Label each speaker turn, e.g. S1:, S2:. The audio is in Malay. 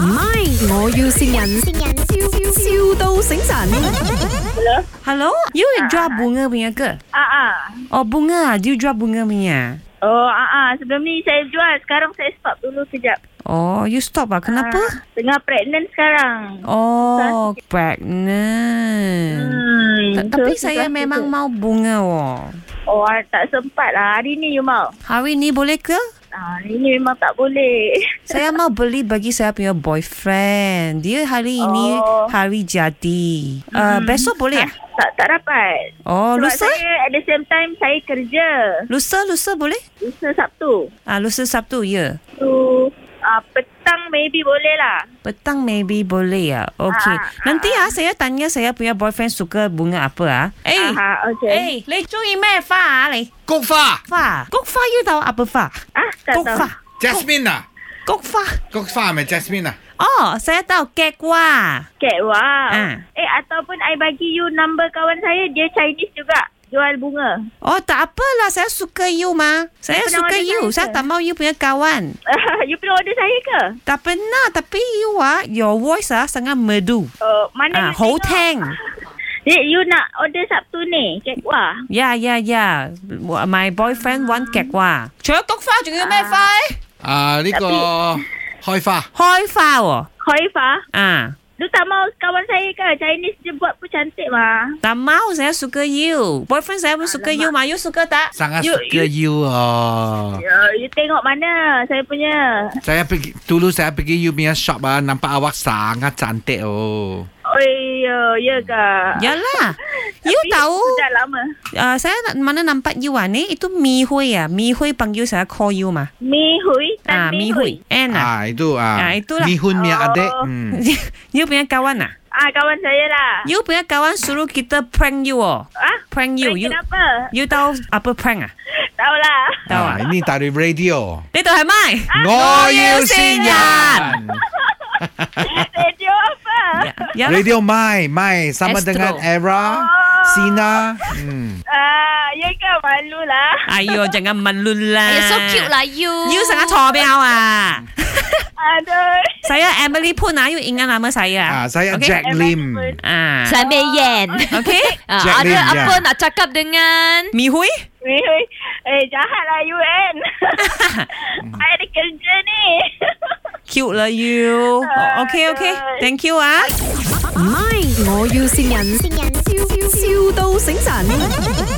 S1: 唔係，我要善人，笑笑到醒神。
S2: Hello, you jual bunga punya ke?
S3: Ah ah.
S2: Oh bunga, you jual bunga punya.
S3: Oh ah ah. Sebelum ni saya jual. Sekarang saya stop dulu kejap.
S2: Oh, you stop lah. Kenapa?
S3: Ah, tengah pregnant sekarang.
S2: Oh, pregnant.
S3: Hmm.
S2: Ta- Tapi
S3: so,
S2: saya
S3: susah
S2: memang
S3: juga.
S2: mau bunga oh.
S3: Oh ah, tak sempat lah. Hari ni you mau.
S2: Hari ni boleh ke?
S3: Ah, hari ni memang tak boleh.
S2: Saya mau beli bagi saya punya boyfriend. Dia hari ini
S3: Oh.
S2: hari jadi. Uh, besok boleh ya?
S3: Ah, tak tak dapat.
S2: Oh,
S3: Sebab
S2: lusa?
S3: saya at the same time saya kerja.
S2: Lusa, lusa boleh?
S3: Lusa Sabtu.
S2: Ah, lusa Sabtu ya.
S3: So ah, petang maybe boleh lah.
S2: Petang maybe boleh ya. Okay.
S3: Ah, ah,
S2: Nanti ah saya tanya saya punya boyfriend suka bunga apa ah. Eh.
S3: Ah, okay.
S2: Eh,你中意咩花啊？你
S4: 菊花
S2: 花菊花要到阿伯花，
S3: Ah, tak
S2: 菊
S3: tahu.
S2: 花
S4: Jasmine 啊，
S2: 菊花
S4: 菊花係咪 Jasmine 啊？
S2: 哦，saya tahu gek wah.
S3: Cat wow.
S2: Ah.
S3: Eh ataupun I bagi you number kawan saya dia Chinese juga. Jual bunga.
S2: Oh tak apalah saya suka you ma. Saya
S3: Pernah
S2: suka
S3: order
S2: you.
S3: saya
S2: Saya
S3: ke?
S2: tak mau you punya kawan.
S3: you pernah order saya ke?
S2: Tak pernah tapi you ah your voice ah sangat merdu.
S3: Uh, mana
S2: Ah,
S3: you
S2: hou
S3: tengok?
S2: tang.
S3: Eh, you nak order Sabtu ni? Cik Wah.
S2: Yeah yeah yeah. dạ, My boyfriend want gek wah. 除咗菊花仲要咩花咧？
S4: 啊，呢個開花
S2: 開花喎。
S3: Khoifah.
S2: Ah,
S3: Lu tak mau kawan saya ke? Chinese dia buat pun cantik mah.
S2: tak mau saya suka you. Boyfriend saya pun suka you ma. You suka tak?
S4: 生一
S3: You-
S4: 嘅腰啊！
S3: Uh, you tengok mana saya punya.
S4: ah. Saya pergi dulu saya pergi you punya shop ah nampak awak sangat cantik oh.
S3: Oi, uh, ya ke?
S2: Yalah. You
S3: Tapi
S2: tahu
S3: Sudah lama.
S2: uh, saya nak- mana nampak you ah ni itu Mi Hui ah. Mi Hui panggil saya call you ma.
S3: Mi Hui.
S2: Ah,
S3: Tan
S2: Mi Hui. Anna.
S4: Ah itu ah.
S2: Ah, itulah.
S4: Ni Hun punya
S3: Oh.
S4: adik. Hmm.
S2: you punya kawan ah.
S3: Ah, kawan saya lah.
S2: You punya kawan suruh kita prank you oh.
S3: Ah,
S2: Prank you.
S3: eh,
S2: You
S3: Kenapa?
S2: you tahu apa prank ah?
S3: Tahu lah.
S2: Tahu
S4: Ah,
S2: ah.
S4: ini dari radio.
S2: 呢度係咪？
S4: 我要先
S2: 我要
S4: 人。
S3: Radio apa?
S2: Ya- ya-
S4: Radio Mai Mai sama
S2: Astro.
S4: dengan
S2: Oh.
S4: Era, Sina. Hmm.
S3: Ah, ya ke? Malu lah.
S2: 哎呦，陣間問亂啦。
S5: 哎呀，so cute 啦，you Ah.
S2: You 成日坐邊啊？
S3: Aduh.
S2: Saya Emily Poon ah, you ingat nama saya?
S4: Ah, saya
S2: Okay?
S4: Jack
S3: Emily
S4: Lim.
S3: Poon.
S2: Ah.
S5: saya Mei Yan.
S2: Okay?
S5: Ah,
S4: Jack
S5: Ada
S4: Lim, ya.
S5: apa
S4: yeah.
S5: nak cakap dengan
S2: Mi Hui?
S3: Mi Hui. Eh, jahat lah you, kan? I ada kerja ni.
S2: Cute 啦 you. OK OK, thank you 啊。
S1: 唔係，我要善人，笑笑到醒神。